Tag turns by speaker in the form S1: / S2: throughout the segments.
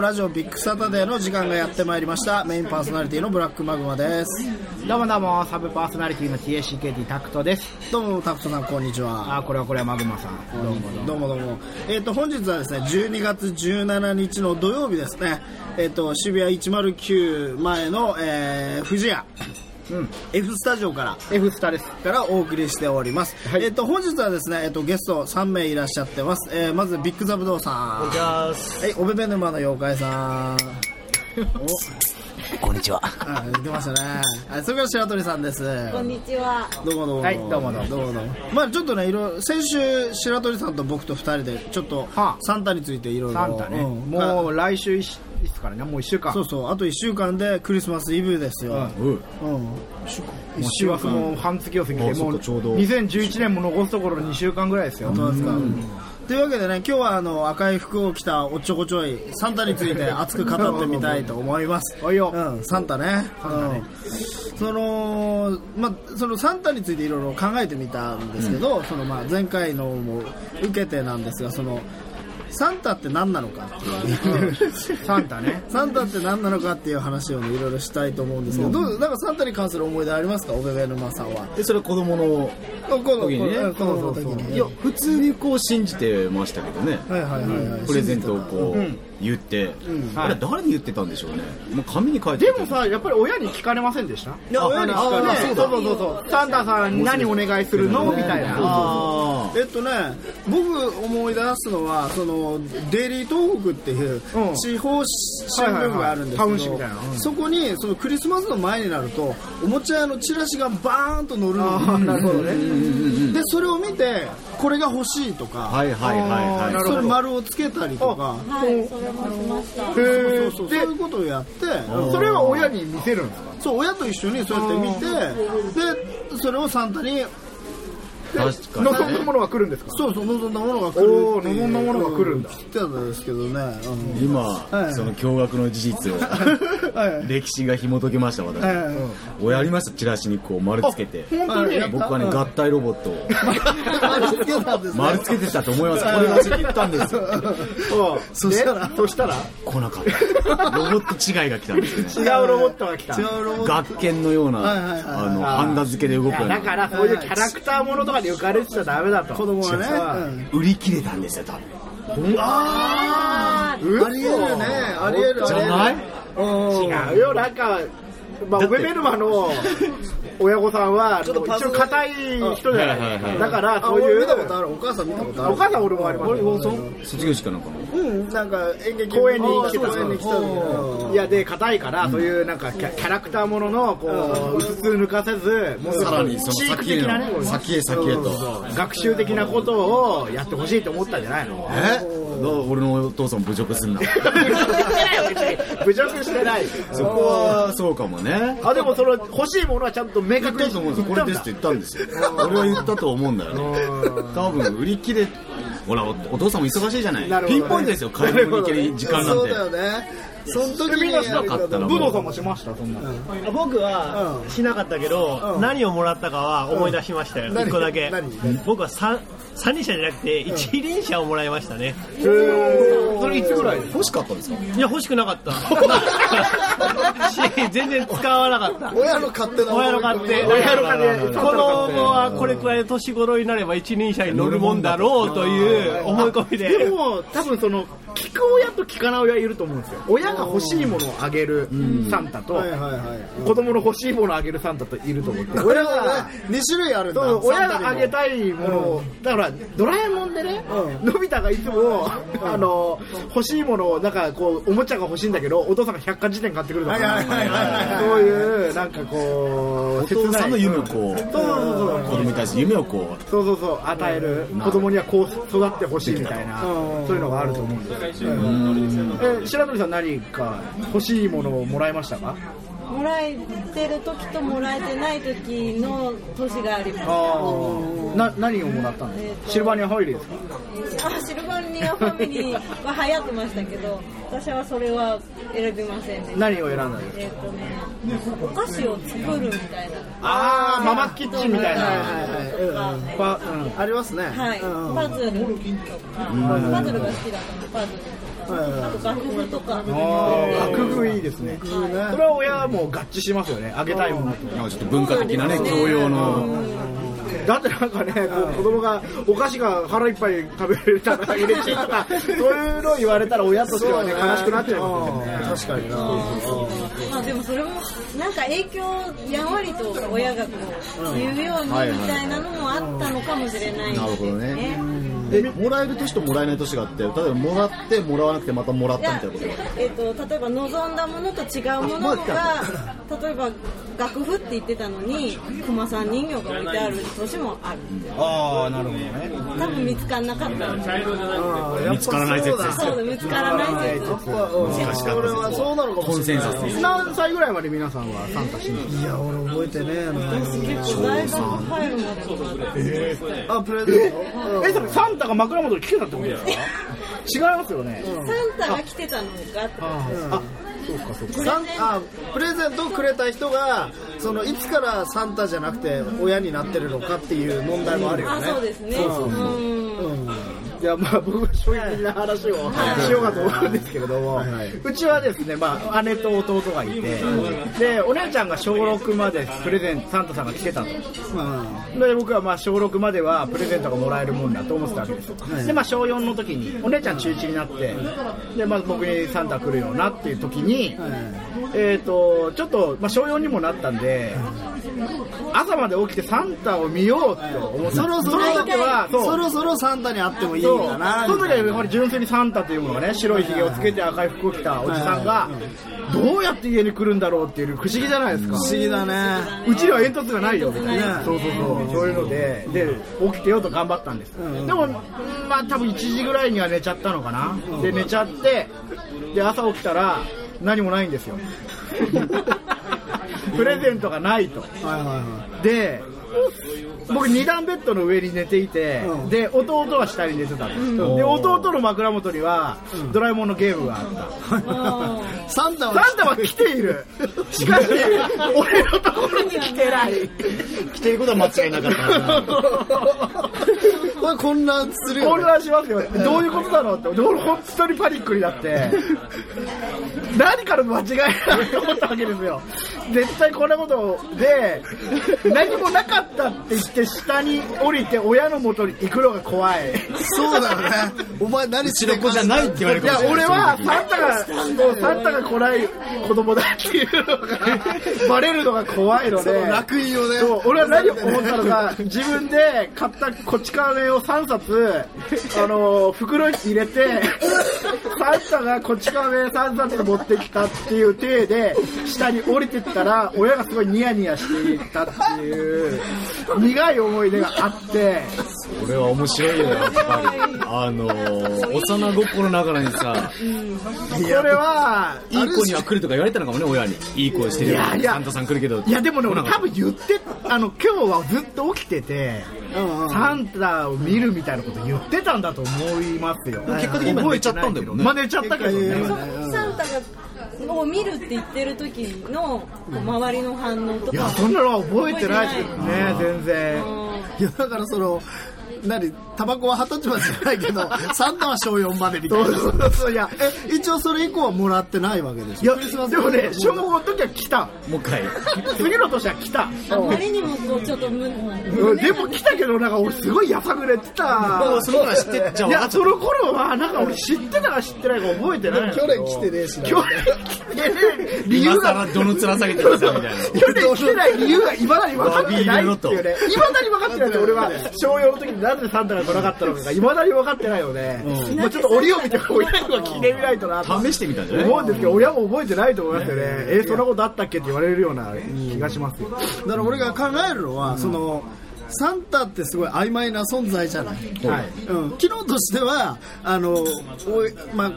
S1: ラジオビッグサタデーの時間がやってまいりましたメインパーソナリティのブラックマグマです
S2: どうもどうも、サブパーソナリティの TACKT タクトです。
S1: どうもタクトさんこんにちは
S2: あ、これはこれはマグマさん。どうもどうも。
S1: どうもどうもえっ、と本日はですね12月17日の土曜日ですねえっ、と渋谷109前の、えー、富士屋、F スタジオから
S2: F スタです。
S1: からお送りしております、
S2: はい
S1: えっ、と本日はですね、えっとゲスト3名いらっしゃってます、えーまずビッグザブドウさん
S3: こんにちはっす
S1: はい、おべべ沼の妖怪さん。
S3: こんにちは。
S1: お、あ、出ましたね。はい、それから白鳥さんです。
S4: こんにちは。
S1: どうもどうも。
S2: はいどうもどうも
S1: どうもどうも。まあちょっとね、いろいろ、先週、白鳥さんと僕と二人で、ちょっと
S2: はあ、
S1: サンタについていろいろ。
S2: サンタね。
S1: うん
S2: もう来週いしいつからね、もう一週間。
S1: そうそう、あと一週間でクリスマスイブですよ。
S2: うん。も
S1: うん。
S2: う
S1: 一
S2: 師走もう半月を過ぎて、も
S3: あそっかちょうど
S2: 2011年も残すところ2週間ぐらいですよ。
S1: どうですかというわけでね、今日はあの赤い服を着たおっちょこちょい、サンタについて熱く語ってみたいと思います。
S2: おいよ
S1: うん、サンタね。うん、その、まあ、そのサンタについていろいろ考えてみたんですけど、そのまあ前回のも受けてなんですが、その、サンタって何なのかっていう。
S2: サンタね。
S1: サンタって何なのかっていう話をね、いろいろしたいと思うんですけど、どうなんかサンタに関する思い出ありますかおべべ沼さんは。
S3: で、それは子供の
S1: この
S3: 時にね。
S1: この時に。
S3: いや、普通にこう信じてましたけどね。
S1: はいはいはいはい
S3: プレゼントをこう言って。あれ、誰に言ってたんでしょうね。もう紙に書いて
S2: で
S3: た
S2: も、さ、やっぱり親に聞かれませんでした
S1: いや親に聞かれ
S2: ね
S1: あ
S2: そ
S1: そうう
S2: そ
S1: だ
S2: うそうそう。サンタさんに何お願いするのみたいな。
S3: あ
S1: えっとね、僕思い出すのはそのデイリー東北っていう
S2: うん
S1: 地方新聞があるんですけど、
S2: はいはいはいタウン誌みたいなうん
S1: そこにそのクリスマスの前になるとおもちゃ屋のチラシがバーンと載る
S2: あ
S1: の
S2: ーなるほどね
S1: でそれを見てこれが欲しいとか、
S3: あ。はいはい
S2: あーな
S3: はい
S2: る
S3: は
S2: ほど
S1: それ丸をつけたりとか
S4: はい、それもしました。
S2: へ
S1: そう
S2: ー
S1: そうそうそう
S2: で
S1: いうことをやって
S2: それは親に見せるんですか
S1: そう親と一緒にそうやって見てでそれをサンタに
S3: い。確か
S2: 望
S3: に
S2: む
S3: ね。
S2: ものが来るんですか
S1: そうそう望んだものが来るっていう
S2: おー望んだものが来るんだ
S1: う来てたんですけどね、うん
S3: 今、その驚愕の事実を、 歴史が紐解けました、私。俺ありました、チラシにこう丸つけて。
S2: 本当に
S1: あ
S3: 僕はね、合体ロボットを
S1: 丸つけたんですね
S3: 丸つけてたと思います。これ私に言ったんですよ。
S1: そしたら
S2: そしたら
S3: 来なかった。ロボット違いが来たんですよね。
S2: 違うロボットが来た
S1: 違うロボッ ト
S3: 学研のよう
S1: はいはいはい
S3: な、あの、ハンダ付けで動
S2: い
S3: く
S2: や
S3: よう
S2: だか
S3: な。
S2: らそういうキャラクターものとかに浮かれてちゃダメだと
S1: 子供はね、
S3: 売り切れたんですよ、多分。
S4: あー
S1: うんありえるねありえるあ
S3: じ
S1: りえる
S3: ゃない
S2: 違うよなんかまあ
S3: だ
S2: オ
S3: って
S2: ベベルマの親御さん は一
S1: っとパズ
S2: 応硬い人じゃな
S3: はいはいはいい
S2: だから
S1: あ
S2: そう
S1: 俺
S2: い
S1: 見
S2: う
S1: たことあるお母さん見たことある
S2: お母さん俺もありますよ
S3: 卒業式かなんかの。
S1: うんなんか演劇
S2: 公園に来てた
S1: 公園に来た時
S2: うんいやで硬いからそういうなんかキャキャラクターもののこう薄々抜かせずもう
S3: さらにそ
S2: 飼
S3: の
S2: 育
S3: 先
S2: 的
S3: へ
S2: なねこ
S3: の、
S2: う
S3: 先へ先へと。
S2: 学習的なことをやってほしいと思ったんじゃないの
S3: え俺のお父さん侮辱 すんな。
S2: 侮辱してない
S3: そこは、そうかもね。
S2: あでもその欲しいものはちゃんと明
S3: 言っ
S2: 確
S3: た
S2: に
S3: と思うんですよ。こ
S2: 言
S3: れ
S2: ったん
S3: で
S2: だ
S3: すって言ったんですよ。 俺は言ったと思うんだよね。多分、売り切れ、ほら、おお父さんも忙しいじゃな。
S2: ないるほど
S3: ピ
S2: ね
S3: ンポイントですよ、買い物に行ける時間なん
S1: そう
S3: て
S1: だ。よねその時
S2: でみん
S1: に
S2: なしな
S3: かったな
S2: 武道さんもしましたそんなの
S5: 僕は
S1: うん
S5: しなかったけど、
S1: うん
S5: 何をもらったかは思い出しましたよ、
S1: うん
S5: 1個だけ
S1: 何何
S5: 僕は 3, 三輪車じゃなくて一輪車をもらいましたね、
S2: それいつぐらい
S3: 欲しかったんですか
S5: いや欲しくなか ったし全然使わなかった
S1: 親の勝手な
S5: 親の勝手
S2: 親の勝
S5: 子
S2: 手
S5: 供はこれくらいの年頃になれば一輪車に乗るもんだろうという思い込み
S2: で
S5: で
S2: も多分その聞く親と聞かない親いると思うんですよ親が欲しいものをあげるサンタと
S1: はいはいはい
S2: 子供の欲しいものをあげるサンタといると思って
S1: 親
S2: 親
S1: が
S2: が
S1: ね2種類あるんだ
S2: そう親
S1: サンタに
S2: が
S1: も
S2: あげたいものを、だからドラえもんでね、
S1: う
S2: のび太がいつも、あの欲しいものをなんかこうおもちゃが欲しいんだけどお父さんが百科事典買ってくるとか
S1: はいはいはいはいはい
S2: そういうなんかこう
S3: お父さんの夢をこう、
S2: そうそうそう
S3: 子供に対して夢をこう、
S2: そうそうそう与える子供にはこう育ってほしいみたいなそういうのがあると思うんですよ、え白鳥さん何か欲しいものをもらいましたか
S4: もらえてる時ともらえてない時の年があります。
S2: な何をもらったんですかシルバニアファミリーですか
S4: あ、シルバニアファミリーは流行ってましたけど、私はそれは選びませんでした。
S2: 何を選んだんですか
S4: えっとね、お菓子を作るみたいな。
S2: あーママキッチンみたいな
S4: とか
S2: パうん
S1: ありますね
S4: はい、パズルとか、パズルが好きだったのでパズルとかあと楽譜とか
S2: あー工夫いいですね。それは親も合致しますよね。あげたいものと。
S3: なんかちょっと文化的なね教養の
S2: だってなんかね、こう子供がお菓子が腹いっぱい食べれた ら嬉しいとか、そういうの言われたら親としてはね、悲しくなっちゃいますよね。
S1: 確かにな
S4: まあでもそれもなんか影響をやんわりと親がこう言うようにみたいなのもあったのかもしれないですね。
S3: なるほどねえもらえる年ともらえない年があって例えばもらってもらわなくてまたもらっ
S4: い
S3: たみ
S4: や
S3: たいなことが
S4: えっと例えば望んだものと違うものが例えば楽譜って言ってたのに熊さん人形が置いてある年もある
S2: ああ、なるほどね。
S4: 多分見つからなかったんだ
S3: 見つからない説です
S4: そうだ見つからない説
S1: それはそうなのかも
S3: コン
S1: しれ
S3: セ
S1: な
S3: ン
S1: い
S3: サスです
S2: 何歳ぐらいまで皆さんは参加します
S1: いや俺覚えてね
S4: 結構大学入るまでもあって
S1: えなあプレゼント
S2: え、それサンタが枕元に来てたってことですか違いますよね。
S4: サンタが来てたのが
S2: あ、そうかそうか。
S1: サンあプレゼントをくれた人がそのいつからサンタじゃなくて親になってるのかっていう問題もあるよ
S4: あ
S1: ね
S4: そうですねうん
S2: いや、まあ僕は衝撃的な話をしようかと思うんですけれども、うちはですね、まあ姉と弟がいて、で、お姉ちゃんが小6までプレゼント、サンタさんが来てたと。で僕はまあ小6まではプレゼントがもらえるもんだと思ってたわけですよ、でまあ小4の時にお姉ちゃん中1になってでまず僕にサンタ来るよなっていう時に、えっ、とちょっと、まあ、小4にもなったんで朝まで起きてサンタを見ようと思って
S1: そ
S2: た
S1: ろそろ
S2: その時は
S1: そうろそろサンタに会ってもいい
S2: そ
S1: ん
S2: う
S1: だな
S2: その時はやっぱり純粋にサンタというものがね白いひげをつけて赤い服を着たおじさんがどうやって家に来るんだろうっていう不思議じゃないですか
S1: 不思議だね
S2: うちには煙突がないよみたい
S1: ね
S2: な、そうそうそう、そういうので、で起きてよと頑張ったんです、でも、まあ多分1時ぐらいには寝ちゃったのかな、で寝ちゃって、で朝起きたら、何もないん ですよ、プレゼントがないと、
S1: はいはいは
S2: で、僕、2段ベッドの上に寝ていて、
S1: うん
S2: で弟は下に寝てたんです、で弟の枕元には、ドラえもんのゲームがあった。
S1: いサンタは
S2: サンタは来ているし かし俺のところに来てない
S3: 来てることは間違いなかった な
S1: これ混乱するよ
S2: 混
S1: ね
S2: 乱しますよ、どういうことだろうって、俺、本当にパニックになって、何からの間違いだと思ったわけですよ、絶対こんなことで、何もなかったって言って、下に降りて、親の元に行くのが怖い。
S1: そうだよねお前何してる
S3: 子じゃないって言われる
S2: い
S3: かも
S2: や
S3: しれない
S2: 俺はサンタがもうサンタが来ない子供だっていうのがバレるのが怖いので
S1: 楽印をね
S2: そう俺は何を思ったのか自分で買ったこち亀を3冊あの袋に入れてサンタがこち亀3冊持ってきたっていう体で下に降りてったら親がすごいニヤニヤしていたっていう苦い思い出があって
S3: これは面白いよやっぱりあのー幼心ながらにさ
S2: これはい
S3: い子には来るとか言われたのかもね親にいい子してるよ
S2: いやいや
S3: サンタさん来るけど
S2: いやでもね、
S3: 来
S2: 俺
S3: な
S2: 多
S3: かった
S2: 分言って、あの、今日はずっと起きてて、サンタを見るみたいなこと言ってたんだと思いますよ。
S3: 結果的に今寝ちゃったんだよね
S2: まあ寝ちゃったけどね。
S4: そうサンタがを見るって言ってる時のこう周りの反応と
S2: いや、
S4: か
S2: そんなのは覚えてないですよね、全然。
S1: いやだからその何タバコは二十歳までじゃないけど サンタは小4までみたい
S2: そう
S1: な
S2: そうそう、いや、
S1: え一応それ以降はもらってないわけで
S2: い
S1: しょ
S2: や、でもね、小学校の時は来た。
S3: もう一回
S2: 次の年は来た。
S4: あまりにもこうちょっとむ
S2: うんでも来たけど、なんか俺すごいやさぐれてた。
S3: その頃は知ってじゃあ
S2: い
S3: 分か
S2: や、
S3: っ
S2: その頃は、なんか俺知ってたか知ってないか覚えてない。
S1: 去年来てねえしな
S2: 去年来 てねえ理由
S3: 今
S2: が
S3: 更どの面下げてるさみたいな
S2: 去年来てない理由がいまだに分かってないっていうね。いまだに分かってないね。俺は、小4の時になぜサンタが来なかったのかが、いまだに分かってないので、もうちょっと折を見て、親には聞いてみないとなと
S3: 試してみたんじゃない
S2: 思うんですけど、親も覚えてないと思いますよね。え、そんなことあったっけって言われるような気がしますよ。
S1: だから俺が考えるのは、そのサンタってすごい曖昧な存在じゃない、
S2: はい。
S1: うん、機能としてはあのおいまあ、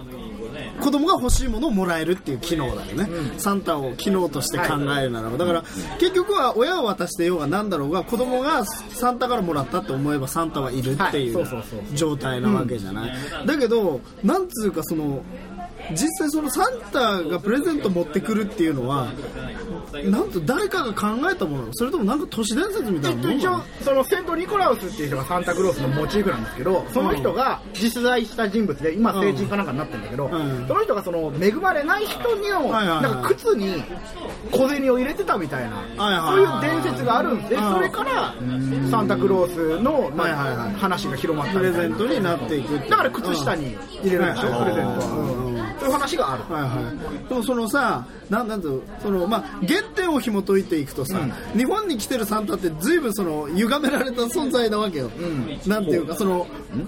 S1: 子供が欲しいものをもらえるっていう機能だよね、サンタを機能として考えるならばだから結局は親を渡してようが何だろうが子供がサンタからもらったって思えばサンタはいるってい
S2: は
S1: う
S2: いそうそうそ
S1: 状態なわけじゃない、だけどなんつうかその実際そのサンタがプレゼント持ってくるっていうのはなんと誰かが考えたものそれともなんか都市伝説みたいなもの
S2: 一応そのセント・ニコラウスっていう人がサンタクロースのモチーフなんですけどその人が実在した人物で今成人かなんかになってるんだけど、
S1: ん
S2: その人がその恵まれない人の
S1: はいはいはい
S2: なんか靴に小銭を入れてたみたい
S1: はい
S2: なそう
S1: はいいうはい
S2: 伝説があるんで
S1: うん
S2: それからサンタクロースのま
S1: はいはいはい
S2: あ話が広まった
S1: プ
S2: みた
S1: レ
S2: いな
S1: ゼントになっていく
S2: だから靴下に入れるんでしょ、
S1: うん
S2: プレゼントは、
S1: うんうん
S2: そういう話がある、
S1: はいはい、でもそのさなんなんていうのその、まあ、原点を紐解いていくとさ、日本に来てるサンタって随分その歪められた存在なわけよ、なんていうかその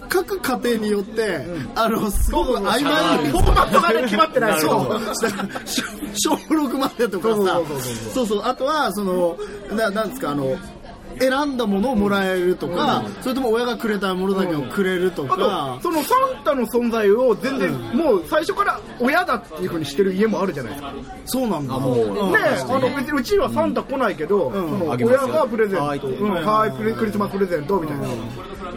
S1: 各家庭によって、あのすごく曖昧に
S2: フォーマットがね決まってない
S1: そうだから小小6までとかさそうそうあとはそのななんですかあの選んだものをもらえるとか、それとも親がくれたものだけをくれるとか、
S2: あとそのサンタの存在を全然、もう最初から親だっていうふうにしてる家もあるじゃないですか、ね
S1: そうなんだ
S3: あもう
S1: うん
S2: えあの別にうちはサンタ来ないけど、その
S3: あげますよ
S2: 親がプレゼント、
S3: はーいって
S2: うんはーいプレクリスマスプレゼントみたいな、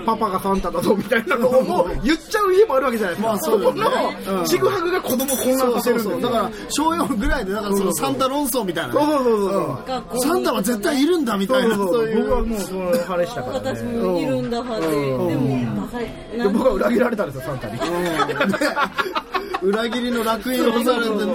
S2: パパがサンタだぞみたいなのをもう言っちゃう家もあるわけじゃないですか、
S1: まあそうだよね
S2: そこ
S1: うん
S2: のちぐはぐが子供を混
S1: そ
S2: 乱
S1: う
S2: させ
S1: そ
S2: るん
S1: う
S2: です
S1: そ
S2: よ
S1: うだから小4ぐらいでなんかそのサンタ論争みたいなね
S2: そうそうそうそう
S4: 学校に
S1: サンタは絶対いるんだみたいな
S2: そうそう
S1: そう
S2: そう
S1: い
S2: 僕は
S1: う
S2: もうその話したからね
S4: 私もいるんだはずでもダサい
S2: で僕
S4: な
S2: は裏切られたんですよサンタに
S1: ね裏切りの楽園を干されてね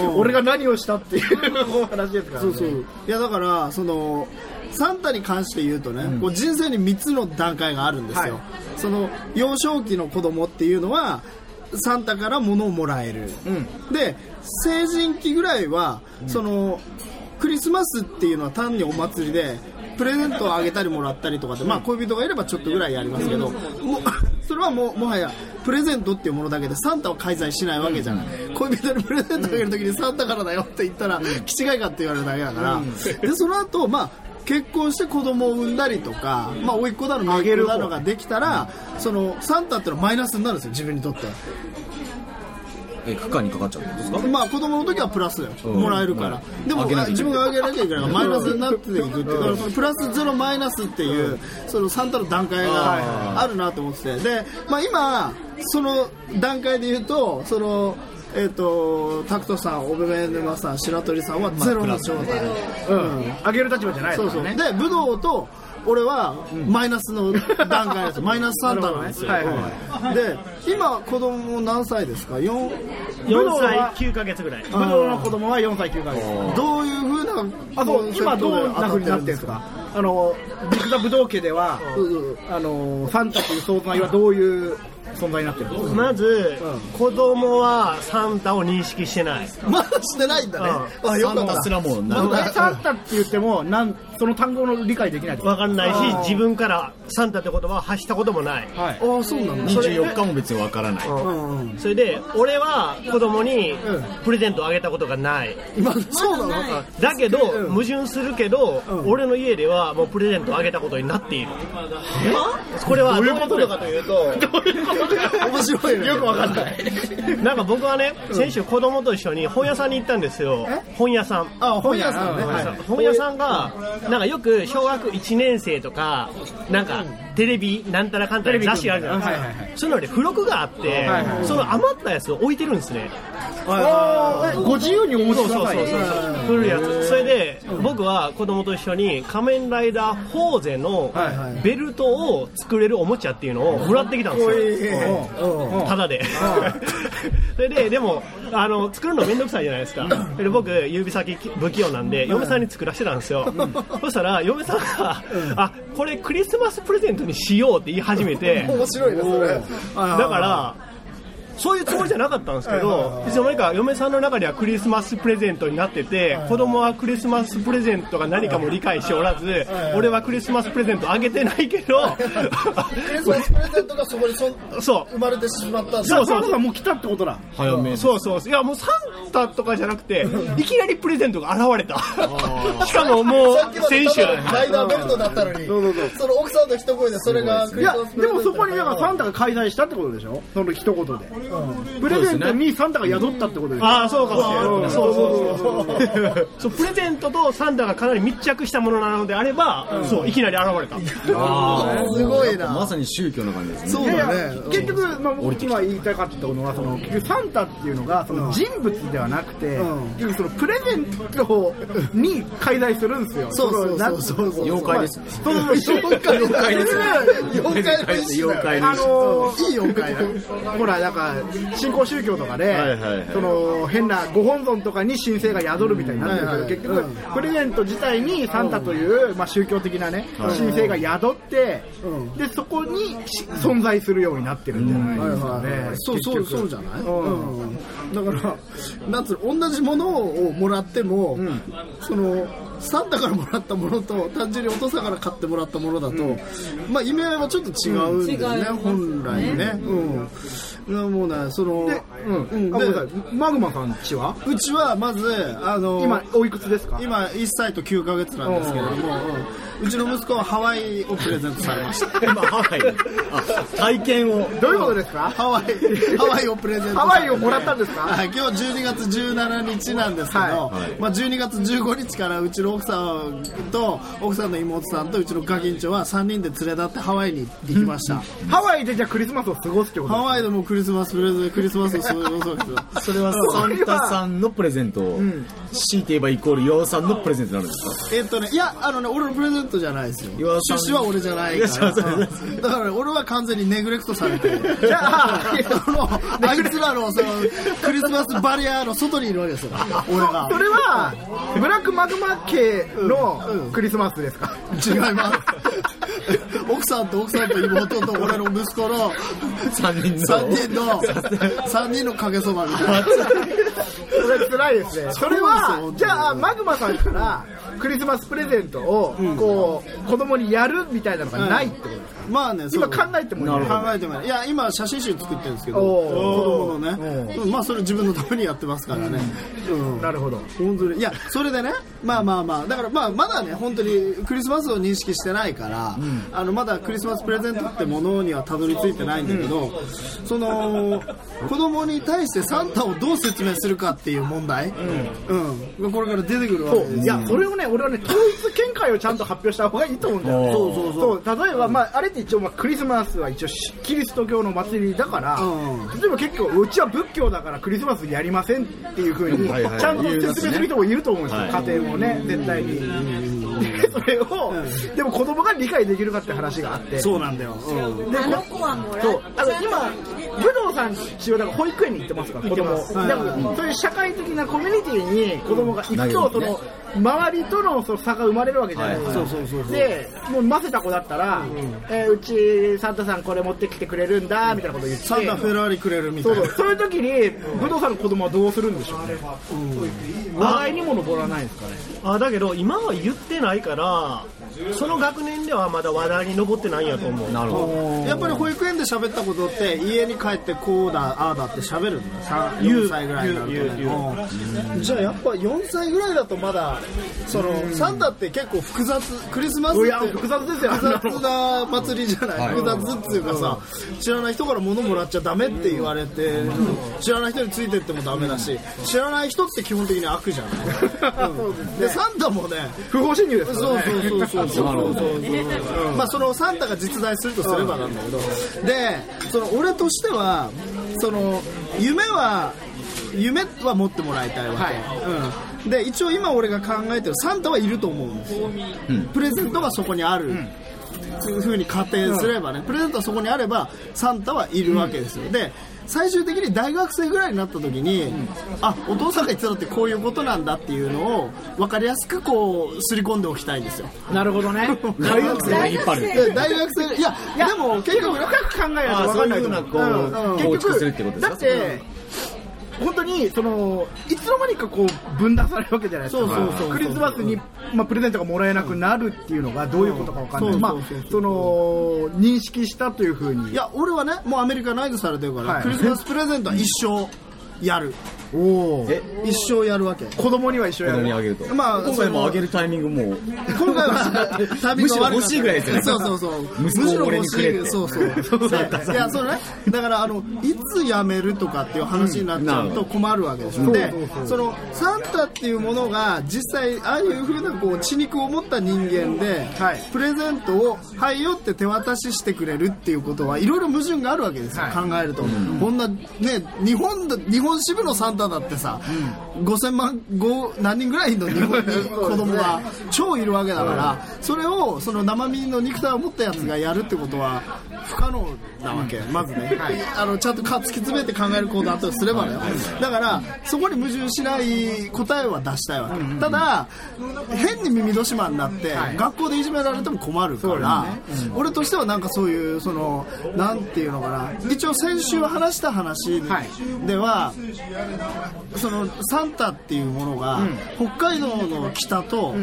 S1: うん
S2: 俺が何をしたっていうお話ですから、ね、
S1: そうそういやだからそのサンタに関して言うとね、こう人生に3つの段階があるんですよ、
S2: はい
S1: その幼少期の子供っていうのはサンタから物をもらえる、で成人期ぐらいは、そのクリスマスっていうのは単にお祭りでプレゼントをあげたりもらったりとかで、まあ、恋人がいればちょっとぐらいやりますけど、もうそれはもうもはやプレゼントっていうものだけでサンタは介在しないわけじゃない、恋人にプレゼントあげるときにサンタからだよって言ったら、気違いかって言われるだけだから、でその後、まあ結婚して子供を産んだりとか、まあ、甥っ子だの姪っ子だのができたら、そのサンタってのはマイナスになるんですよ自分にとって
S3: え負荷にかかっちゃうんですか
S1: まあ子供の時はプラスだよ、
S3: うん
S1: もらえるから、
S3: うん
S1: でも
S3: あげなきゃいけ
S1: 自
S3: ない
S1: 分があげなきゃいけないからマイナスになっていくっていうだからそのプラスゼロマイナスっていう、その3たる段階があるなと思っててで、まあ、今その段階で言うとそのえっ、とタクトさんオベメ沼さん白鳥さんはゼロの状態、
S2: あげる立場じゃない
S1: そうそう。で、武道と、俺はマイナスの段階なんで すよ。マイナス3段なんですよ。
S2: なるほどねは
S1: うんで、今、子供何歳ですか ?4、
S2: 4歳
S6: 9ヶ月ぐらい
S2: ブドウの子供は4歳9ヶ月
S1: どういうふうな、
S2: あ
S1: コ
S2: と
S1: ンセプ
S2: 今
S1: ト
S2: ど
S1: で
S2: うな風になってるんですかあのビッグダブドウ家では あのサンタという存在はどういう存在になってるんですか
S6: まず、子供はサンタを認識してない
S1: まだしてないんだね。あ、よ
S3: サ
S1: かっ
S3: ンタ
S1: た
S3: す。らもうな
S2: 僕ねサンタって言ってもなんその単語の理解できないです
S6: わかんないし自分からサンタって言葉を発したこともない
S2: はい
S1: あ、そうなんだ。
S3: 24日も別にわからない
S1: うんうん。
S6: それで俺は子供に
S1: ん
S6: プレゼントをあげたことがない
S1: 今、そうなの
S6: だけど矛盾するけど俺の家ではもうプレゼントをあげたことになっているこれはどういうことかというと
S1: 面白いね。よくわかんない。
S6: なんか僕はね先週子供と一緒に本屋さんに行ったんですよ本屋さん
S1: あ、本屋さんね。はいはい
S6: 本屋さんがなんかよく小学1年生とかなんかテレビなんたらかんたら雑誌あるじゃない
S2: はいはい
S6: ですかそういうので付録があって
S2: はいはい
S6: その余ったやつを置いてるんですね
S2: あーえご自由にお持ち
S6: そう
S2: く
S6: そ
S2: だ
S6: う
S2: さい
S6: そうそう古いやつそれで僕は子供と一緒に「仮面ライダーホーゼ」の
S2: はいはい
S6: ベルトを作れるおもちゃっていうのをもらってきたんですよただで。 それで、でも、あの、作るのめんどくさいじゃないですか。それで僕、指先不器用なんで、嫁さんに作らせてたんですよ。そしたら、嫁さんが、あ、これクリスマスプレゼントにしようって言い始めて、
S1: 面白いね、それ。
S6: だから、そういうつもりじゃなかったんですけど、いつの間にか嫁さんの中ではクリスマスプレゼントになってて、子供はクリスマスプレゼントが何かも理解しておらず、俺はクリスマスプレゼントあげてないけど、
S1: クリスマスプレゼントがそこにそ
S6: そう
S1: 生。まれてしまったんだ
S6: そう
S2: サ
S6: そ
S2: ン
S6: う
S2: タがもう来たってことだ
S3: 早め
S6: そうそうそういやもうサンタとかじゃなくていきなりプレゼントが現れた しかももう
S1: さっきまで
S6: 先週
S1: ただのライダーベルトだったのに、その奥さんの一声でそれがク
S2: い
S1: リス
S2: や
S1: マスプ
S2: で
S1: レゼン
S2: も
S1: ト
S2: そこにだからサンタが介在したってことでしょその一言でプレゼントにサンタが宿ったってことでしょ
S6: ああそうかもしれないそう
S2: そうそうそう
S6: そうそうプレゼントとサンタがかなり密着したものなのであれば、そういきなり現れた
S1: すごいな
S3: まさに宗教の感じですね
S1: そう
S2: いや
S1: だ
S2: いや
S1: ね
S2: 結局、まあ、僕今言いたかったのはその結局サンタっていうのがその人物でははなくて、
S1: うん
S2: 結局そのプレゼントに介在するんですよ。
S1: そうそうそうそうそう
S3: 妖怪ですね
S2: その。そうそう。
S3: 妖怪ですね
S1: 妖怪の一種だ
S3: 妖
S1: よ
S3: 怪の
S2: あ
S3: 一種
S2: のー
S1: いい妖怪だよ
S2: ほら、なんか、新興宗教とかで、
S3: はいはいはい
S2: その、変なご本尊とかに神聖が宿るみたいになってるけど、
S1: うんはいはい
S2: 結局、プレゼント自体にサンタという、まあ、宗教的なね、神聖が宿って、
S1: うん
S2: で、そこにし存在するようになってるんじゃない
S1: はい
S2: ですかね。
S1: はいはいそうそう
S2: 結局
S1: そうじゃない、
S2: うん
S1: うんだからなんつうの同じものをもらっても、そのサンタからもらったものと単純にお父さんから買ってもらったものだと、まあ意味合いはちょっと違うんですね、
S4: うん
S1: 本来ね、うん、もうねその
S2: で、う
S1: う
S2: ん、
S1: んで
S2: あごめんなさいマグマさんちは
S1: うちはまずあの
S2: 今、おいくつですか
S1: 今1歳と9ヶ月なんですけれども、うんうちの息子はハワイをプレゼントされました
S3: 今ハワイにあ体験を
S2: どういうことですか
S1: ハ ワイハワイをプレゼントされました
S2: ハワイをもらったんですか
S1: はい今日12月17日なんですけど、
S2: はい
S3: はい
S1: まあ、12月15日からうちの奥さんと奥さんの妹さんとうちのガキンチョは3人で連れ立ってハワイに行きました
S2: ハワイでじゃあクリスマスを過ごすってこと
S1: ハワイでもうクリスマスプレゼントクリスマスを過ごそうですよ
S3: それはサンタさんのプレゼントを強いて言えばイコール洋さんのプレゼントになるんです か
S1: えっとね、いや、あのね、俺のプレゼントじゃないですよ。
S3: 岩田さ
S1: 出
S3: ん
S1: 資は俺じゃないから。
S3: いやそうそう
S1: うんだからね、俺は完全にネグレクトされてる。 じ
S2: ゃあ
S1: の、あいつらの、その、クリスマスバリアの外にいるわけですよ。俺が。
S2: それはブラックマグマ系のクリスマスですか、
S1: 違います。奥さんと奥さんと妹と俺の息子の
S3: 3人の
S1: 3人の、3人のかけそばみたいな。
S2: それ辛いですねそれ
S1: そう
S2: は
S1: です
S2: じ
S1: よ
S2: ゃあマグマさんからクリスマスプレゼントをこう子供にやるみたいなのがないってことですか
S1: まあね、そう
S2: 今考えてもいない
S1: 考えてもないいや今写真集作ってるんですけど
S2: おー
S1: 子供のね、うんまあそれ自分のためにやってますからね、うん
S2: なるほど
S1: 本当にいやそれでねまあまあまあだからまあまだね本当にクリスマスを認識してないから、あのまだクリスマスプレゼントってものにはたどり着いてないんだけど、その子供に対してサンタをどう説明するかっていう問題、うんこれから出てくるわけですよ
S2: いやそれをね俺はね統一見解をちゃんと発表した方がいいと思うんだよ
S3: おー
S2: そうそうそう例えば、まあ、あれって一応、まあ、クリスマスは一応しキリスト教の祭りだから、
S1: う
S2: 例えば結構うちは仏教だからクリスマスやりませんっていうふうに
S3: はいはい
S2: ちゃんと説明する人もいると思うんですよ、
S3: はい
S2: 家庭もね絶対に。で それを、でも子供が理解できるかって話があって
S1: そうなんだよ、うん
S2: で
S4: あの子はもらっ
S2: そう
S4: ち
S2: あ
S4: ゃ
S2: の
S4: う
S2: 今武道さんちはなんか保育園に行ってますから子供
S1: はい
S2: だからそういう社会的なコミュニティに子供が行くと、
S3: うん
S2: その周りとのその差が生まれるわけじゃないですか、
S1: はいそうそうそうそう
S2: でもう混ぜた子だったら、うえーうちサンタさんこれ持ってきてくれるんだみたいなこと言って
S1: サンタフェラーリくれるみた
S2: そ
S1: いうな
S2: そうそういう時に武道さんの子供はどうするんでしょうね笑いにも登らないんですかね
S6: あだけど今は言ってないからその学年ではまだ話題に上ってないんやと思う
S3: なるほど
S1: やっぱり保育園で喋ったことって家に帰ってこうだああだって喋るんださ
S6: 言う
S1: 4歳ぐらいになるとね
S6: 言う
S1: うんじゃあやっぱ4歳ぐらいだとまだそのサンタって結構複雑クリスマスっ
S2: い
S1: て
S2: や複雑ですよ
S1: 複雑な祭りじゃない複雑っていうかさ知らない人から物もらっちゃダメって言われて知らない人についてってもダメだし知らない人って基本的に悪じゃ ない、うんでサンタもね
S2: 不法侵入ですから
S1: そう
S2: ね
S1: そうそうそうそ うそうそうまあそのサンタが実在するとすればなんだけどでその俺としてはその夢は夢は持ってもらいたいわけ、うん、で一応今俺が考えてるサンタはいると思うんですよ、プレゼントがそこにある、そういうふうに仮定すればね、プレゼントはそこにあればサンタはいるわけですよ、で最終的に大学生ぐらいになった時に、あお父さんが言ってたのってこういうことなんだっていうのを分かりやすくこうすり込んでおきたいんですよ
S2: なるほど ね
S3: 大学生が引っ張る
S1: で大学生いや
S2: いや
S1: でも結
S2: 結構
S1: 構
S2: 深く考えないと分かんないと思
S3: あーそういうふうなこう構築するってことですか
S2: だって本当にそのいつの間にかこう分断されるわけじゃないですか
S1: そうそうそう
S2: クリスマスに、まあ、プレゼントがもらえなくなるっていうのがどういうことか分かんない、
S1: うん
S2: まあ
S1: そうそうそう
S2: その認識したというふうに
S1: いや俺はねもうアメリカナイズされてるから、
S2: はい
S1: クリスマスプレゼントは一生やる
S2: おお
S3: え
S1: 一生やるわけ
S2: 子供には一緒
S3: 子
S2: や
S3: 供にあ
S2: る
S3: げると
S1: まあ
S3: 今回もあげるタイミングもう
S1: 今回は旅
S3: む
S1: が
S3: しろ欲しいぐらいですよね
S1: そうそうそう
S3: 息子を俺にくれって
S1: むしろ欲しいぐらいそうそういやそれねだからあのいつ辞めるとかっていう話になっちゃうと困るわけでしょ、でそのサンタっていうものが実際ああいうふうなこう血肉を持った人間で、
S2: はい
S1: プレゼントを「はいよ」って手渡ししてくれるっていうことはいろいろ矛盾があるわけですよ、
S2: は
S1: 考えると、こんなね日本だ日本支部のサンんただってさ、5000万5何人ぐらいの日本に子供が超いるわけだからそれをその生身の肉体を持ったやつがやるってことは不可能なわけ、まずね、あのちゃんとか突き詰めて考える行動後とすればね、だからそこに矛盾しない答えは出したいわけ、ただ変に耳戸島になって、学校でいじめられても困るから、俺としてはなんかそういうそのなんていうのかな一応先週話した話では、そのサンタっていうものが、北海道の北と、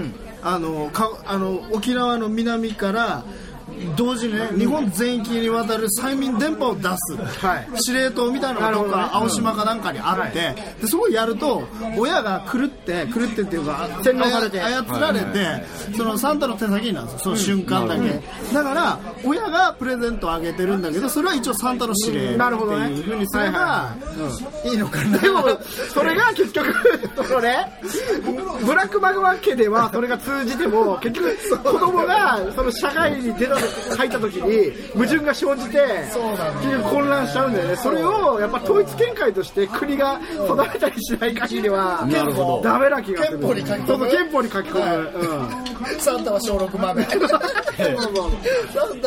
S1: あのかあの沖縄の南から同時にね日本全域にわたる催眠電波を出す、司令塔みたいなのがどっか青島かなんかにあって、でそこやると親が狂って狂ってっていうか洗脳されて操られて、そのサンタの手先になんですよその瞬間だけ、だから親がプレゼントをあげてるんだけどそれは一応サンタの司令っていうふうにすれば、いいのかな
S2: で も、それが結局、そのね、ブラックマグマ家ではそれが通じても、結局、子供がその社会に出た時、入った時に、矛盾が生じて、結局混乱しちゃうんだよね。それを、やっぱ統一見解として国が定めたりしない限りは、
S3: なるほど
S2: ダメな気がする。
S1: 憲法に書き込む
S2: そうそう憲法に書き込む。うん
S1: サンタは小6まで。サンタは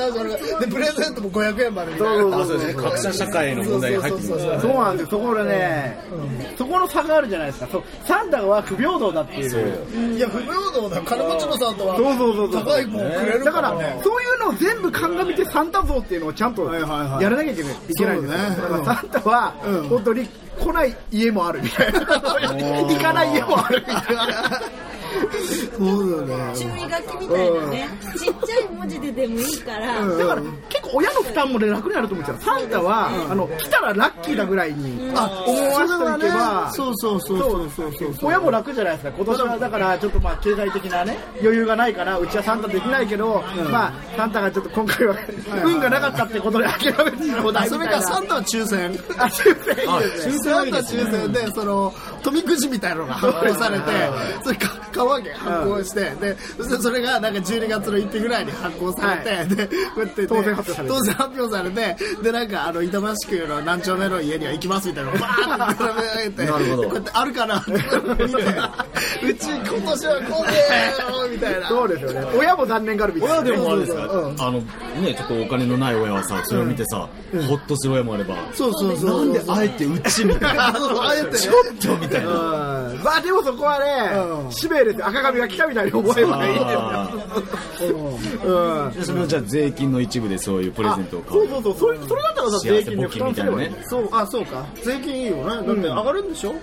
S1: 小6で、プレゼントも500円までみたいな。
S3: あそうですね格差社会の問題に入ってくる
S1: そうそう
S2: そうなんですよ、そこでね、そこの差があるじゃないですか、そうサンタは不平等だっていう、
S1: いや、不平等だよ。金持ちのサンタは、
S2: そうそうそうそう
S1: 高いもんくれる
S2: だ
S1: か
S2: からら、
S1: ね。
S2: そういうのを全部鑑みて、サンタ像っていうのをちゃんとや
S1: はいはい
S2: らなきゃいけないいけないんですよ、
S1: そうね
S2: だからサンタは、
S1: うん
S2: 本当に来ない家もあるみたいな、行かない家もあるみたいな。
S1: そうだよ
S4: 注
S1: ね。
S4: 意書きみたいなね、ちっちゃい文字ででもいいから、
S2: だから結構親の負担もね楽になると思うんですよ。サンタは、あの来たらラッキーだぐらいに
S1: あ
S2: 思わせておけば、
S1: そうそうそうそうそうそうそう。
S2: 親も楽じゃないですか今年はだからちょっとまあ経済的なね余裕がないからうちはサンタできないけど、まあサンタがちょっと今回は運がなかったってことで諦めてしまう
S1: それかサンタは抽選。
S2: タ抽選
S1: あサンタ抽選で、その、富くじみたいなのが発行されて、それか、買うわけ、発行して、で、そしてそれがなんか12月の1日ぐらいに発行されて、で、こうやってね、
S2: 当選発表されて
S1: 当選発表されて、で、なんか、あの、板橋区の何丁目の家には行きますみたいなのをバーって並べ上げて、
S3: なるほど
S1: こうやってあるかなって見て、うち今年はこうでーよみたいな。
S2: そうですよね親も残念がるみたいな
S3: 親でもあれですか、あのねちょっとお金のない親はさそれを見てさ、ホッとする親もあれば、
S1: そうそうそう。
S3: なんであえてうちみたいな
S1: そうそうあえてね
S3: ちょっとみたいな
S2: うんまあでもそこはね、使命です赤髪が来たみたいに思えばいいです
S3: あ
S2: ようん
S3: でそれをじゃあ税金の一部でそういうプレゼントを買
S2: そう
S3: う
S2: そうそうそれそれだったらさ
S3: 幸
S2: 税
S3: せ
S2: 金で
S3: 募
S2: 負
S3: 金
S2: 担
S3: み
S2: すれ
S3: たいな
S2: ばいい
S3: ね
S1: そう、あ、そうか。税金いいよね。だって上がるんでしょ、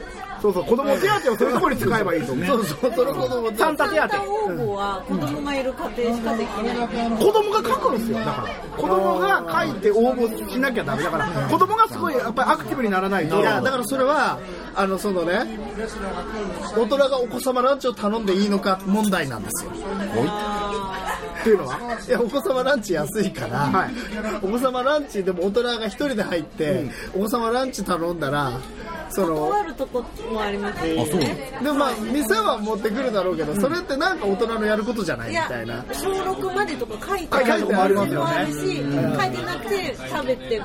S2: そうそう子供手当をそういうところに使えばいいと思う
S1: そうそう、それほど。
S2: サンタ手
S4: サン
S2: 当
S4: タ応募は子供がいる家庭しかできない。
S2: 子供が書くんですよだから子供が書いて応募しなきゃダメだから子供がすごいやっぱりアクティブにならないと
S1: いやだからそれはあのそのね大人がお子様ランチを頼んでいいのか問題なんですよ
S2: っていうのはい
S1: やお子様ランチ安いから、
S2: はい
S1: お子様ランチでも大人が一人で入って、お子様ランチ頼んだらその
S4: 断るとこもありますよ
S3: あそう
S4: ね。
S1: でもまあ店は持ってくるだろうけど、それってなんか大人のやることじゃない
S4: い
S1: み
S4: や
S1: たいな、
S4: 小6までとか書いて
S1: 書いてある
S4: のもあるし、書いてなくて食べて、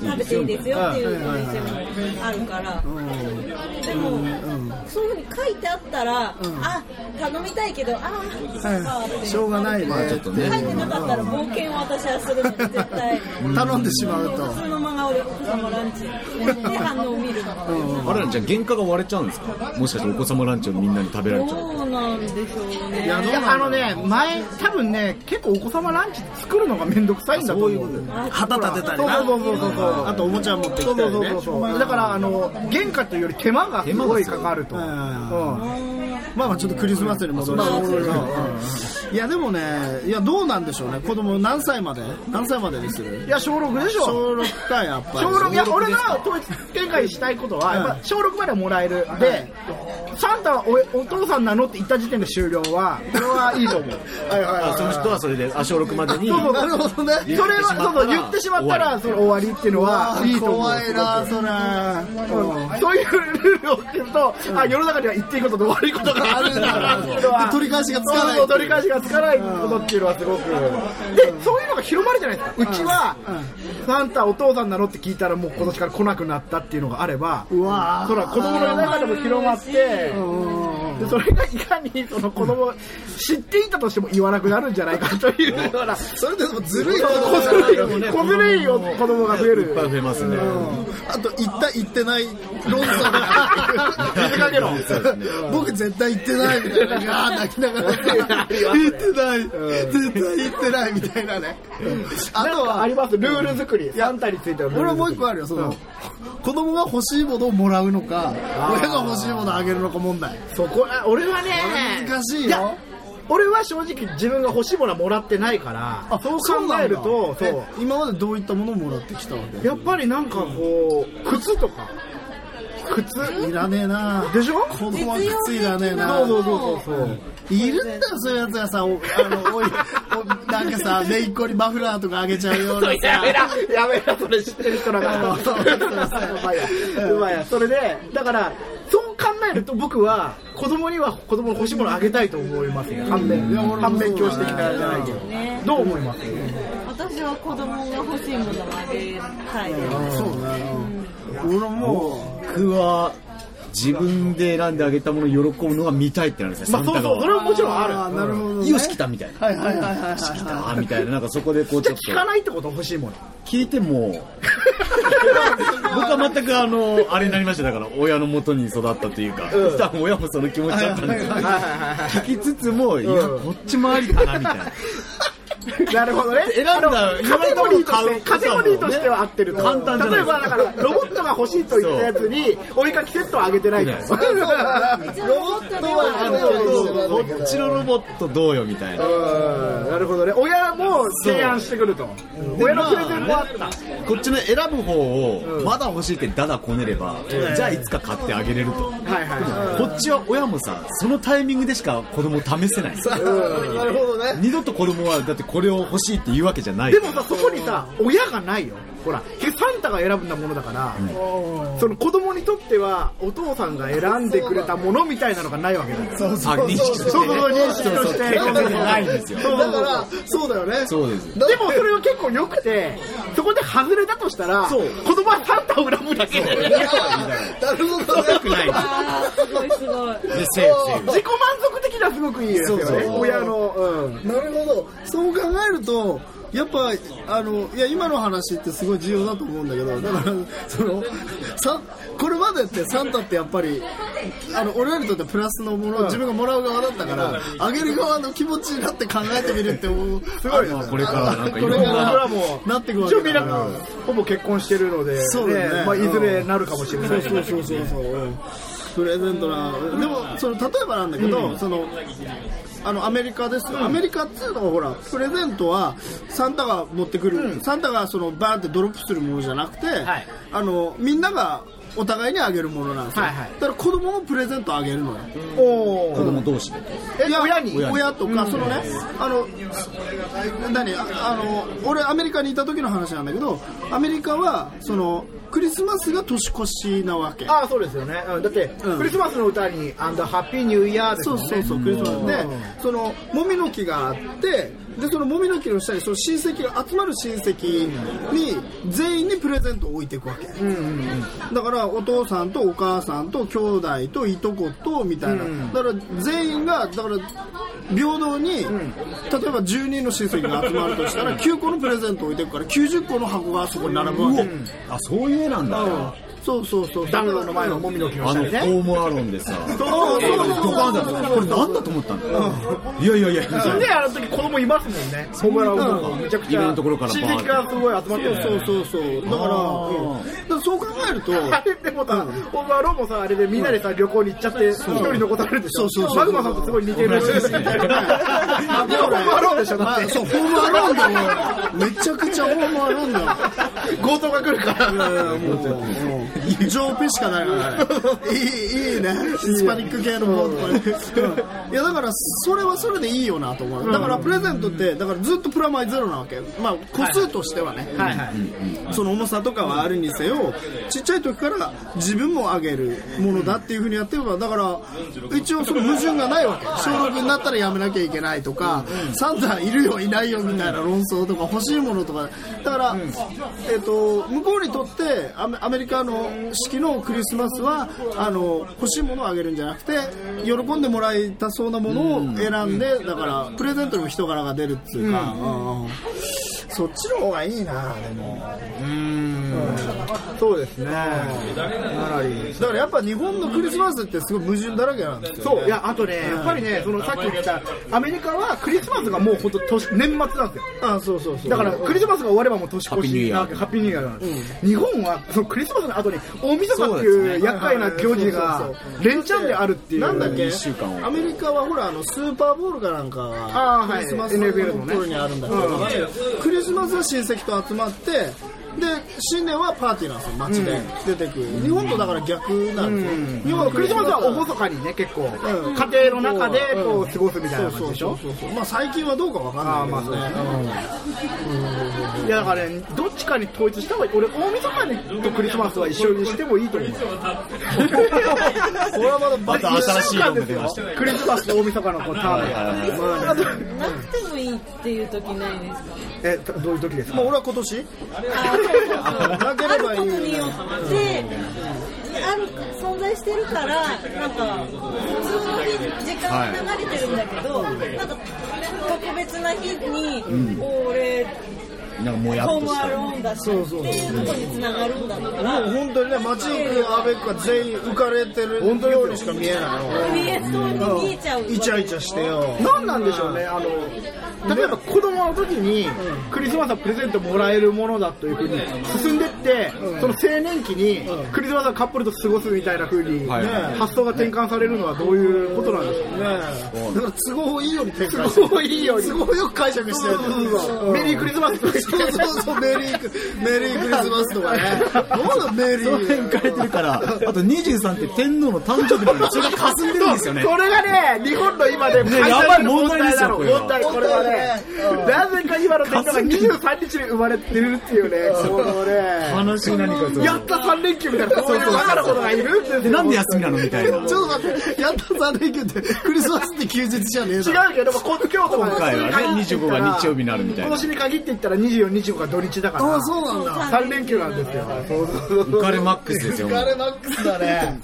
S4: 食べていいですよっていうお店もあるから。でも、そういうふうに書いてあったら、あ、頼みたいけど、あ、あって
S1: しょうがないね、
S3: まあちょっと
S4: 書
S3: ね
S4: いてなかったら冒険を私はするので絶対。
S1: 頼んでしまうと
S4: 普通の真顔でお子様ランチで反応を見るの。
S3: あれじゃあ原価が割れちゃうんですかもしかしてお子様ランチをみんなに食べられちゃう
S4: どうなんでしょうね。
S2: いやあのね前多分ね結構お子様ランチ作るのが面倒くさいんだと思う
S1: 旗立てたりな
S2: そうそうそうそうそう
S1: あとおもちゃ持って
S2: そ
S1: き
S2: う
S1: た
S2: そう
S1: り
S2: そう
S1: ね
S2: そうそうだからあの原価というより手間がすごいかかると、うん
S1: まあまあちょっとクリスマスに戻るいやでもねいやどうなんでしょうね子供何歳まで何歳までにする
S2: いや小6でしょ
S1: 小6かやっぱり
S2: 小6いや俺が統一見解したいことは、やっぱ小6まではもらえる、でサンタはおお父さんなのって言った時点で終了はこれ はいいと思う
S1: はいはい
S3: あその人はそれであ小6までに
S2: そうそう
S1: なるほどね
S2: それはそうそう言ってしまったらその終わりっていうのはいいと思う
S1: 怖いなそれ
S2: うんそういうルールを知ると、あ世の中には言っていいことと悪いことがあるんだなっていうのは
S1: で取り返しがつかない
S2: そうそう取り返しがつかないことっていうのはすごくでそういうのが広まるじゃないですかうちはサンタお父さんなのって聞いたらもう今年から来なくなったっていうのがあれば
S1: うわ
S2: そら子供の中でも広まってでそれがいかにその子供を知っていたとしても言わなくなるんじゃないかというような
S1: それでもずるいよ
S2: 小ずるいよ子供が増え
S3: いっぱい
S2: る
S3: 増えますね。
S1: あと行った行ってない論争が
S2: 水かけろ
S3: そうですね
S1: 僕絶対行ってないみたいなのが泣きながら行ってない絶対行ってないみたいなねあとは
S2: ありますルール作りサンタについてはルール作り
S1: 俺はもう一個あるよその子供が欲しいものをもらうのか親が欲しいものをあげるのか問題
S2: そこあ俺はね
S1: 難しいよ
S2: いや俺は正直自分が欲しいものはもらってないからそう考えると
S1: そうな
S2: そ
S1: んだ
S2: う
S1: え今までどういったものをもらってきたわけ
S2: やっぱりなんかこう靴とか靴
S1: いらねえな
S2: でしょ
S1: 子供は靴いらねえな
S2: そうそうそうそうそう
S1: いるんだよ、そういうやつがさ、おあの、おい、おなんかさ、めいっ子にマフラーとかあげちゃうようなさ。
S2: やめなそれ知ってる人だから
S1: そうそうそう
S2: うまいやうまいやそれでだからそう考えると僕は子供には子供の欲しいものあげたいと思いますよ反面反面教師的なじゃないけど
S4: ね
S2: どう思います
S4: 私は子供が欲しいものをあげたいです
S1: そうね。俺はも
S3: 僕は、自分で選んであげたものを喜ぶのが見たいってなるんですね、
S2: ま
S3: サ
S2: あ
S3: ン
S2: そ
S3: タ
S2: うそうそれ
S3: が。
S2: はもちろんある
S1: う、なるほど、ね。
S3: よし来たみたいな。
S1: はいはいはいはい
S3: 来
S1: は
S3: たみたいな。なんかそこでこうちょっ
S2: 聞か
S3: と、
S2: ないってこと欲しいもの
S3: 聞いても、僕は全くあの、あれになりました。だから親の元に育ったというか、多分親もその気持ちだったんで、聞きつつも、いや、こっち回りかな、みたいな。
S2: なるほどね。
S3: 選んだ
S2: あのカテゴリーとして、
S3: カ
S2: カ
S3: テ
S2: テ
S3: ゴ
S2: ゴ
S3: リ
S2: リ
S3: ー
S2: ー
S3: と
S2: と
S3: し
S2: してて
S3: は
S2: は
S3: 合
S2: 合
S3: って
S2: って
S3: る
S2: る
S3: と
S2: と。
S3: 簡単じゃない
S2: 例えば、だから、ロボットが欲しいと言ったやつに、追いかけセットをあげてないから。 そう
S4: ロボットで
S3: あ
S4: は
S3: のこっちのロボットどうよみたいな。
S2: んなるほどね。親も提案してくると。親のプレゼンもあった。
S3: こっちの選ぶ方をまだ欲しいってダダこねれば、じゃあいつか買ってあげれると。
S2: はいは
S3: こっちは親もさ、そのタイミングでしか子供を試せない。
S1: い。なるほどね。
S3: 二度と子供はだってこれを欲しいって言うわけじゃない
S2: い。でもさ、そこにさ、親がないよ。ほら、結局サンタが選んだものだから、その子供にとっては、お父さんが選んでくれたものみたいなのがないわけだから。そう
S3: あ認識として
S2: そうそう、
S3: ね
S2: 認識として。
S3: そうそうないんですよ
S2: そうそう
S1: だ
S2: そ
S1: か
S2: う
S1: ら、そうだよね。
S3: そうです
S2: でもそれは結構良くて、そこで外れたとしたら、
S3: そう
S2: 子供はサンタを恨むだけで、 自己
S1: なるほどね。
S3: くない
S4: あーすごいすごい
S3: でセーフセーフ
S2: 満足的なすごくいいですよね、
S3: そうそう
S2: 親の、うん。
S1: なるほど。そう考えると、やっぱ、あの、いや、今の話ってすごい重要だと思うんだけど、だから、その、さ、これまでってサンタってやっぱり、あの、俺らにとってプラスのものを自分がもらう側だったから、あげる側の気持ちになって考えてみるって思う。す
S2: ごい
S3: これからなんかいろんな
S2: 僕らも
S1: なってくわ
S2: 一
S1: け
S2: 応みんなほぼ結婚してるので、
S1: そうだよね
S2: まあ、いずれなるかもしれない。
S1: そうそうそうそう、うんプレゼントなでもその例えばなんだけど、そのあのアメリカですよ、アメリカっつうのはほらプレゼントはサンタが持ってくる、サンタがそのバーンってドロップするものじゃなくて、
S2: い
S1: あのみんながお互いにあげるものなんですよ、
S2: はいはい
S1: だから子供もプレゼントあげるのよ、
S2: お
S3: 子
S2: ー
S3: 供同士で。
S2: え親に
S1: 親とか、そのね、あの、何、ああの、俺アメリカにいた時の話なんだけど、アメリカは、その、クリスマスが年越しなわけ。
S2: ああ、そうですよね。うんだって、
S1: うん
S2: クリスマスの歌に、アンドハッピーニューイヤーです
S1: そ
S2: も
S1: うん
S2: ね。
S1: そうそう、クリスマスで、その、もみの木があって、で、そのもみの木の下に、その親戚が集まる親戚に、全員にプレゼントを置いていくわけ。だから、お父さんとお母さんと兄弟といとこと、みたいな。だから、全員が、だから、平等に、例えば10人の親戚が集まるとしたら、9個のプレゼントを置いていくから、90個の箱がそこに並ぶわけ。うん
S3: あ、そういう絵なんだ。あ
S1: そうそうそう。
S2: 暖炉の前のもみの木の下に
S3: の、ホ
S2: ね。
S3: ームアローンでさ、ド
S1: そうそうそう
S3: カンだったこれなんだと思ったんだよ。いやいやいや、みたい
S2: ね、
S3: な。
S2: あの時子供いますもんね。そんな
S3: うん
S2: めちゃくちゃ。
S3: 夢のところからバーン
S2: 親戚がすごい集まってる。
S1: そうそうそう。だから、うんだからそう考えると、
S2: あれでもさ、オーバーローもさ、あれでみんなでさ、旅行に行っちゃって、一人残されるでしょ。
S1: そうそうそう
S2: マグマさんとすごい似てるらしいですね。でもオーバーローでしょ、だっ
S1: あ
S2: て。
S1: そう、ホームアローンだよ。めちゃくちゃホームアローンだよ。
S2: 強盗が来るから。
S1: もう、上ペしかないからいいいいねヒスパニック系のものとかねうんいやだからそれはそれでいいよなと思うだからプレゼントってだからずっとプラマイゼロなわけまあ個数としてはねその重さとかはあるにせよちっちゃい時から自分もあげるものだっていうふうにやってればだから一応その矛盾がないわけ小6になったらやめなきゃいけないとかサンタいるよいないよみたいな論争とか欲しいものとかだからえっと向こうにとってアメアメリカの式のクリスマスはあの欲しいものをあげるんじゃなくて喜んでもらえたそうなものを選んでだからプレゼントにも人柄が出るっていうか。うんうんそっちの方がいいなでも
S2: そうですね。かなり。
S1: だからやっぱ日本のクリスマスってすごい矛盾だらけなんですよ
S2: そう、いや、あとね、やっぱりね、そのさっき言った、アメリカはクリスマスがもう本当年、年末なんですよ。
S1: あそうそうそう
S2: だから、クリスマスが終わればもう年越しなわけ、ハッピーニューイヤーなんです日本は、そのクリスマスの後に、大晦日っていう厄介な行事が、連チャンであるっていう。
S1: なんだっけ
S3: 一週間を
S1: アメリカはほらあのスーパーボールかなんか
S2: あ
S1: は
S2: ーは
S1: ク
S2: い
S1: リスマス
S2: NFL
S1: の
S2: のね
S1: ところにあるんだけど、クリスマスは親戚と集まってで新年はパーティーなんですよ街で出てくる、日本とだから逆なんですよ、日
S2: 要
S1: 本
S2: は
S1: は
S2: クリスマスは厳かにね、結構、家庭の中でこう過ごすみたいな感じでしょ
S1: そうそうそうまあ最近はどうかわかんないけどね、
S2: いやだからね、どっちかに統一した方がいい。俺、大晦日にとクリスマスは一緒にしてもいいと思う。
S1: これはまだバ
S3: また新しいのが出ました。
S2: クリスマスと大晦日のこうターンが。
S4: なくてもいいっていう時ないですか
S2: え、どういう時です
S1: ま
S2: か
S1: あ俺は今年
S4: あ
S1: なけれ
S4: る
S1: ば
S4: こ
S1: い
S4: と
S1: い
S4: によってある存在してるからなんか普通の時間は流れてるんだけど、なんか特別な日に、俺
S3: なんかもやっ
S4: ホー
S3: と
S4: ム
S3: し
S4: ア
S3: た
S4: ローンだしっていうとこにつながるんだか
S1: もう
S4: ら
S1: 本当にね街行くアベックは全員浮かれてるようにしか見えないの
S4: 見えそうに見えちゃう
S1: イチャイチャしてよ
S2: 何なんでしょうね、あの、例えば子供の時に、クリスマスはプレゼントもらえるものだというふうに進んでって、その青年期にクリスマスはカップルと過ごすみたいなふうに、
S3: はい
S2: 発想が転換されるのはどういうことなんでしょう
S1: ねえだから都合いいように展開して
S2: 都合いいように
S1: 都合よく解釈してる
S2: ね。メリークリスマスとか言
S1: そうそうそうメリークメリークリスマスとかねどうだメリ
S3: その辺浮か
S1: ー
S3: れてるから、あと23って天皇の誕生日なのに、それが霞んでるんですよね。
S2: それがね、日本の今で、
S3: ねやばい問題ですよこれは
S2: 問題、これはね、なぜか今の天皇が23日に生まれてるっていうね、このね、
S3: 話に何かそ
S2: やった3連休みたいな、そういうバカなことがいるんです
S3: で、
S2: よ。
S3: なんで休みなのみたいな。
S1: ちょっと待ってやった3連休ってクリスマスって休日じゃねえ
S2: 違
S1: だろ
S2: うけど、まあ、今日とか
S3: 今回はね、25が日曜日になるみたい
S2: 今
S3: な。
S2: 年に限って言ったら24、25が土日だから、
S1: あそうなんだ
S2: 3連休なんですよ。
S3: 浮かれマックスですよ。
S1: 疲れマックスだね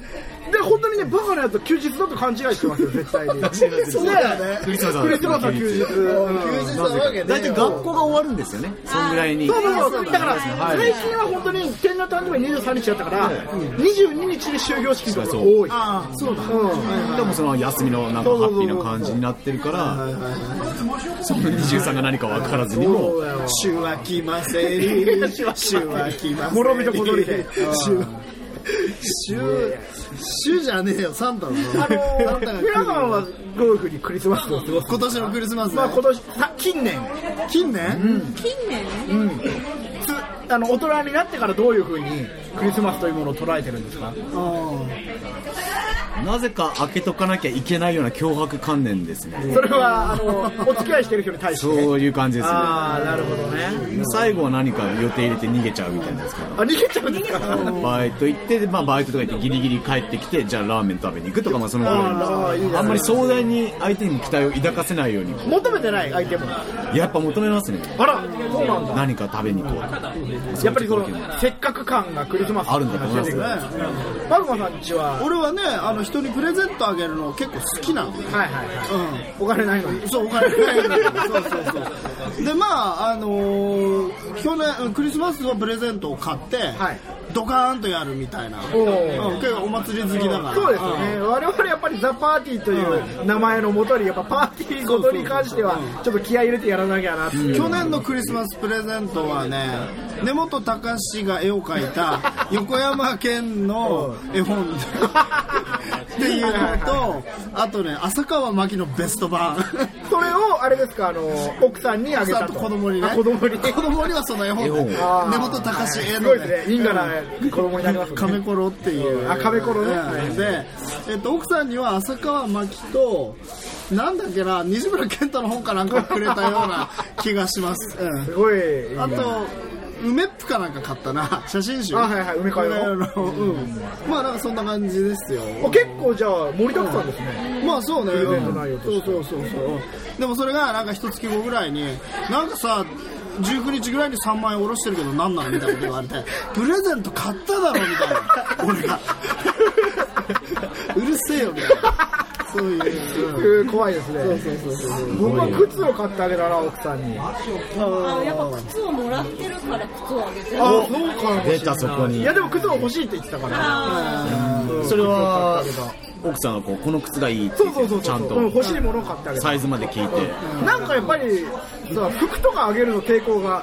S2: で、本当にね、バカなやつは休日だと勘違いしてますよ、絶対に。
S1: そうだよね
S3: クリスマス
S2: クリスマスは
S3: は
S2: 休日。
S3: 休日。
S1: 休日なわけね
S3: 大体学校が終わるんですよね。そんぐらいに。
S2: そうそうそうだから、
S3: はい
S2: 最近は本当に天皇誕生日23日だったから、22日に終業式とかが多い。
S1: ああそうだ
S3: でもその休みのなんかハッピーな感じになってるから、その23が何か分からずにも、
S1: 週は来ません週は来ません
S2: 諸見と小鳥で
S1: 週週週じゃねえよサンタの
S2: あの
S1: サンタが来る
S2: ー、皆さんはどういうふうにクリスマスを過ごす
S1: 今年のクリスマス
S2: まあ今年、さ近年、
S1: 近年
S4: 近年
S2: つあの大人になってからどういうふうにクリスマスというものを捉えてるんですか
S3: なぜか開けとかなきゃいけないような脅迫観念ですね。
S2: それは、あの、お付き合いしてる人に対して、ね。
S3: そういう感じですね。
S2: ああ、なるほどね。
S3: 最後は何か予定入れて逃げちゃうみたいなんですけ
S2: あ、逃げちゃうんですか
S3: ど、バイト行って、まあバイトとか行ってギリギリ帰ってきて、じゃあラーメン食べに行くとか、まあそのぐ
S2: あーいいじゃ
S3: らい。
S2: ない
S3: あんまり壮大に相手に期待を抱かせないように、
S2: 求めてない相手も。
S3: やっぱ求めますね。
S2: あら、そうなんだ。
S3: 何か食べに行こうとか。
S2: やっぱりその、せっかく感がクリスマス
S3: あるんだと思いますね。
S2: マグマさんちは、
S1: 俺はねあの人にプレゼントあげるの結構好きなのよ
S2: はいはいはい。
S1: うん
S2: お金ないのに。
S1: そう、お金がないんだけどそうそうそう。で、まあ、あのー去年、クリスマスはプレゼントを買って、
S2: はい
S1: ドカーンとやるみたいな。
S2: お
S1: うん、
S2: ー
S1: 結構お祭り好きだから。
S2: そうですよね、我々やっぱりザ・パーティーという名前のもとに、やっぱパーティーごとに関しては、ちょっと気合い入れてやらなきゃなって
S1: うん
S2: いう、
S1: 去年のクリスマスプレゼントはね、根本隆史が絵を描い た横山県の絵本っていうのと、あとね、浅川真紀のベスト版。
S2: それをあれですかあの奥さんにあげ
S1: さ
S2: た
S1: あと
S2: と
S1: 子供にね
S2: あ子供に
S1: 子供にはその絵本
S3: 絵本
S1: 根
S2: あー
S1: 本隆絵
S2: す
S1: の
S2: ごいですね因果な子供になります
S1: カメ
S2: ね
S1: コロっていう。
S2: あカメコロね
S1: うんで、えっと、奥さんには浅川真紀と、なんだっけな、西村健太の本かなんかをくれたよう な気がします。うん
S2: すごい
S1: あと、梅っぷかなんか買ったな、写真集。
S2: あはいはい梅買うよ
S1: 梅のうん。まあなんかそんな感じですよ。
S2: お結構じゃあ盛りだくさんですね
S1: まあそうね。
S2: レゼント内容と
S1: そうそうそうそう。でもそれがなんか一月後ぐらいに、なんかさ、19日ぐらいに3万円下ろしてるけど何なのみたいなこと言われて、プレゼント買っただろみたいな。俺が。 うるせえよみたいな。そういう。うん
S2: うん怖いですね
S1: そうそうそうそう。
S2: 僕は靴を買ってあげたな奥さんにあ
S4: あやっぱ靴をもらってるから靴をあげてる
S2: そうか
S3: 出たそこ
S2: い
S3: に
S2: やでも靴を欲しいって言ってたから
S3: それは奥さんはこうこの靴がいいって
S2: そうそうそうそう
S3: ちゃん
S2: うん
S3: と
S2: 欲しいものを買ってあげた
S3: サイズまで聞いて
S2: なんかやっぱりさ服とかあげるの抵抗が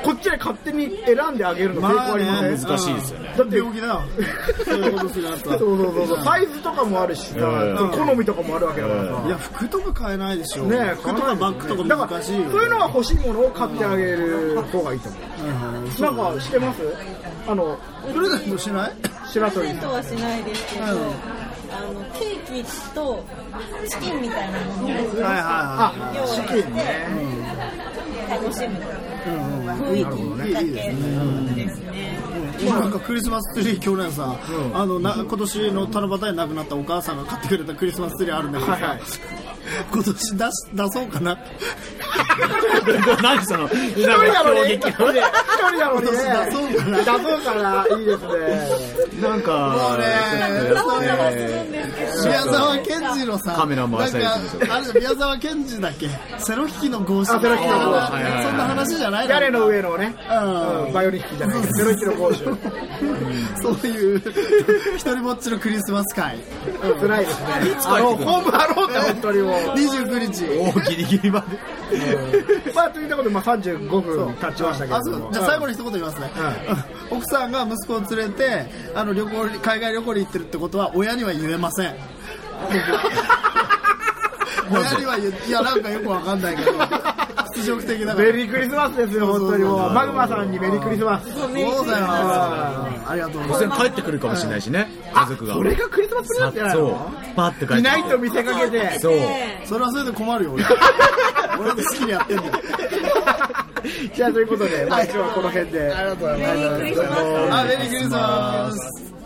S2: こっちで勝手に選んであげるの抵抗ありません、
S3: 難しいですよね
S2: だって
S1: 病気だよ。そういうことするやつ
S2: そ
S1: は
S2: うそうそうそうサイズとかもあるしさ、
S3: うん
S2: 好みとかもあるわけだからさ、
S1: いや、服とか買えないでしょ。
S2: ねえ
S1: 服とかバッグと
S2: だ
S1: か
S2: から
S1: 難
S2: そ
S1: し
S2: う
S1: いよ。
S2: いうのは欲しいものを買ってあげる方がいいと思
S1: うんうん
S2: うなんかしてますあの
S1: プレゼントしない
S4: プ
S2: 白
S4: レ
S2: 鳥
S4: ゼントはしないですけど、あのケーキとチキンみたいなも
S1: は
S4: のを
S1: いは
S2: あ
S4: 用意し
S2: 資
S4: て
S2: 金ね
S4: 楽しむ
S1: い
S4: 雰囲
S1: はい。うんうん
S4: 気だけですね。
S1: なんかクリスマスツリー去年さ、あのな今年の七夕に亡くなったお母さんが買ってくれたクリスマスツリーあるんだけどさ、
S2: はい
S1: 今年出し出そうかな
S3: 何その
S2: 一人なのに一人なのにね
S1: 出そうかな
S2: 出そうからいいですね
S3: なんか
S1: もうね
S3: ちょっとやっぱり
S1: 宮沢賢治のさ
S3: カメラ回したりするんで
S1: なんかあれじゃん宮沢賢治だっけセロ弾きの合詞
S2: あセロ弾きの合
S3: 詞はいはいはい
S1: そんな話じゃない
S2: 屋根の上のね
S1: うん
S2: うんバイオリン弾きじゃないゼロ一の講習
S1: そういう一人ぼっちのクリスマス会
S2: 辛いですねあのホームアローンって本当にもう
S1: 29日
S3: おギリギリまで
S2: まあといったことでまあ35分経ちましたけ
S1: あ
S2: れ
S1: そ
S2: ど
S1: う
S2: も
S1: じゃあ最後に一言言いますね、奥さんが息子を連れてあの旅行に海外旅行に行ってるってことは親には言えません僕親には言えいやなんかよくわかんないけど屈辱的だか
S2: メ
S1: ら
S2: リークリスマスですよ本当にもうマグマさんにメリークリスマス
S4: そうメイク
S1: そうだよありがとうございま
S3: 帰ってくるかもしれないしね家族が
S2: それがクリスマスプレゼントじゃない
S3: そう
S2: の
S3: パッて帰ってくる
S2: いないと見せかけて
S3: そう
S1: すそれはそれで困るよ俺俺で好きにやってん だ
S2: じゃあということで、まあ、今日はこの辺で。
S1: ありがとうございます
S4: メリークリスマス
S1: あメリークリスマス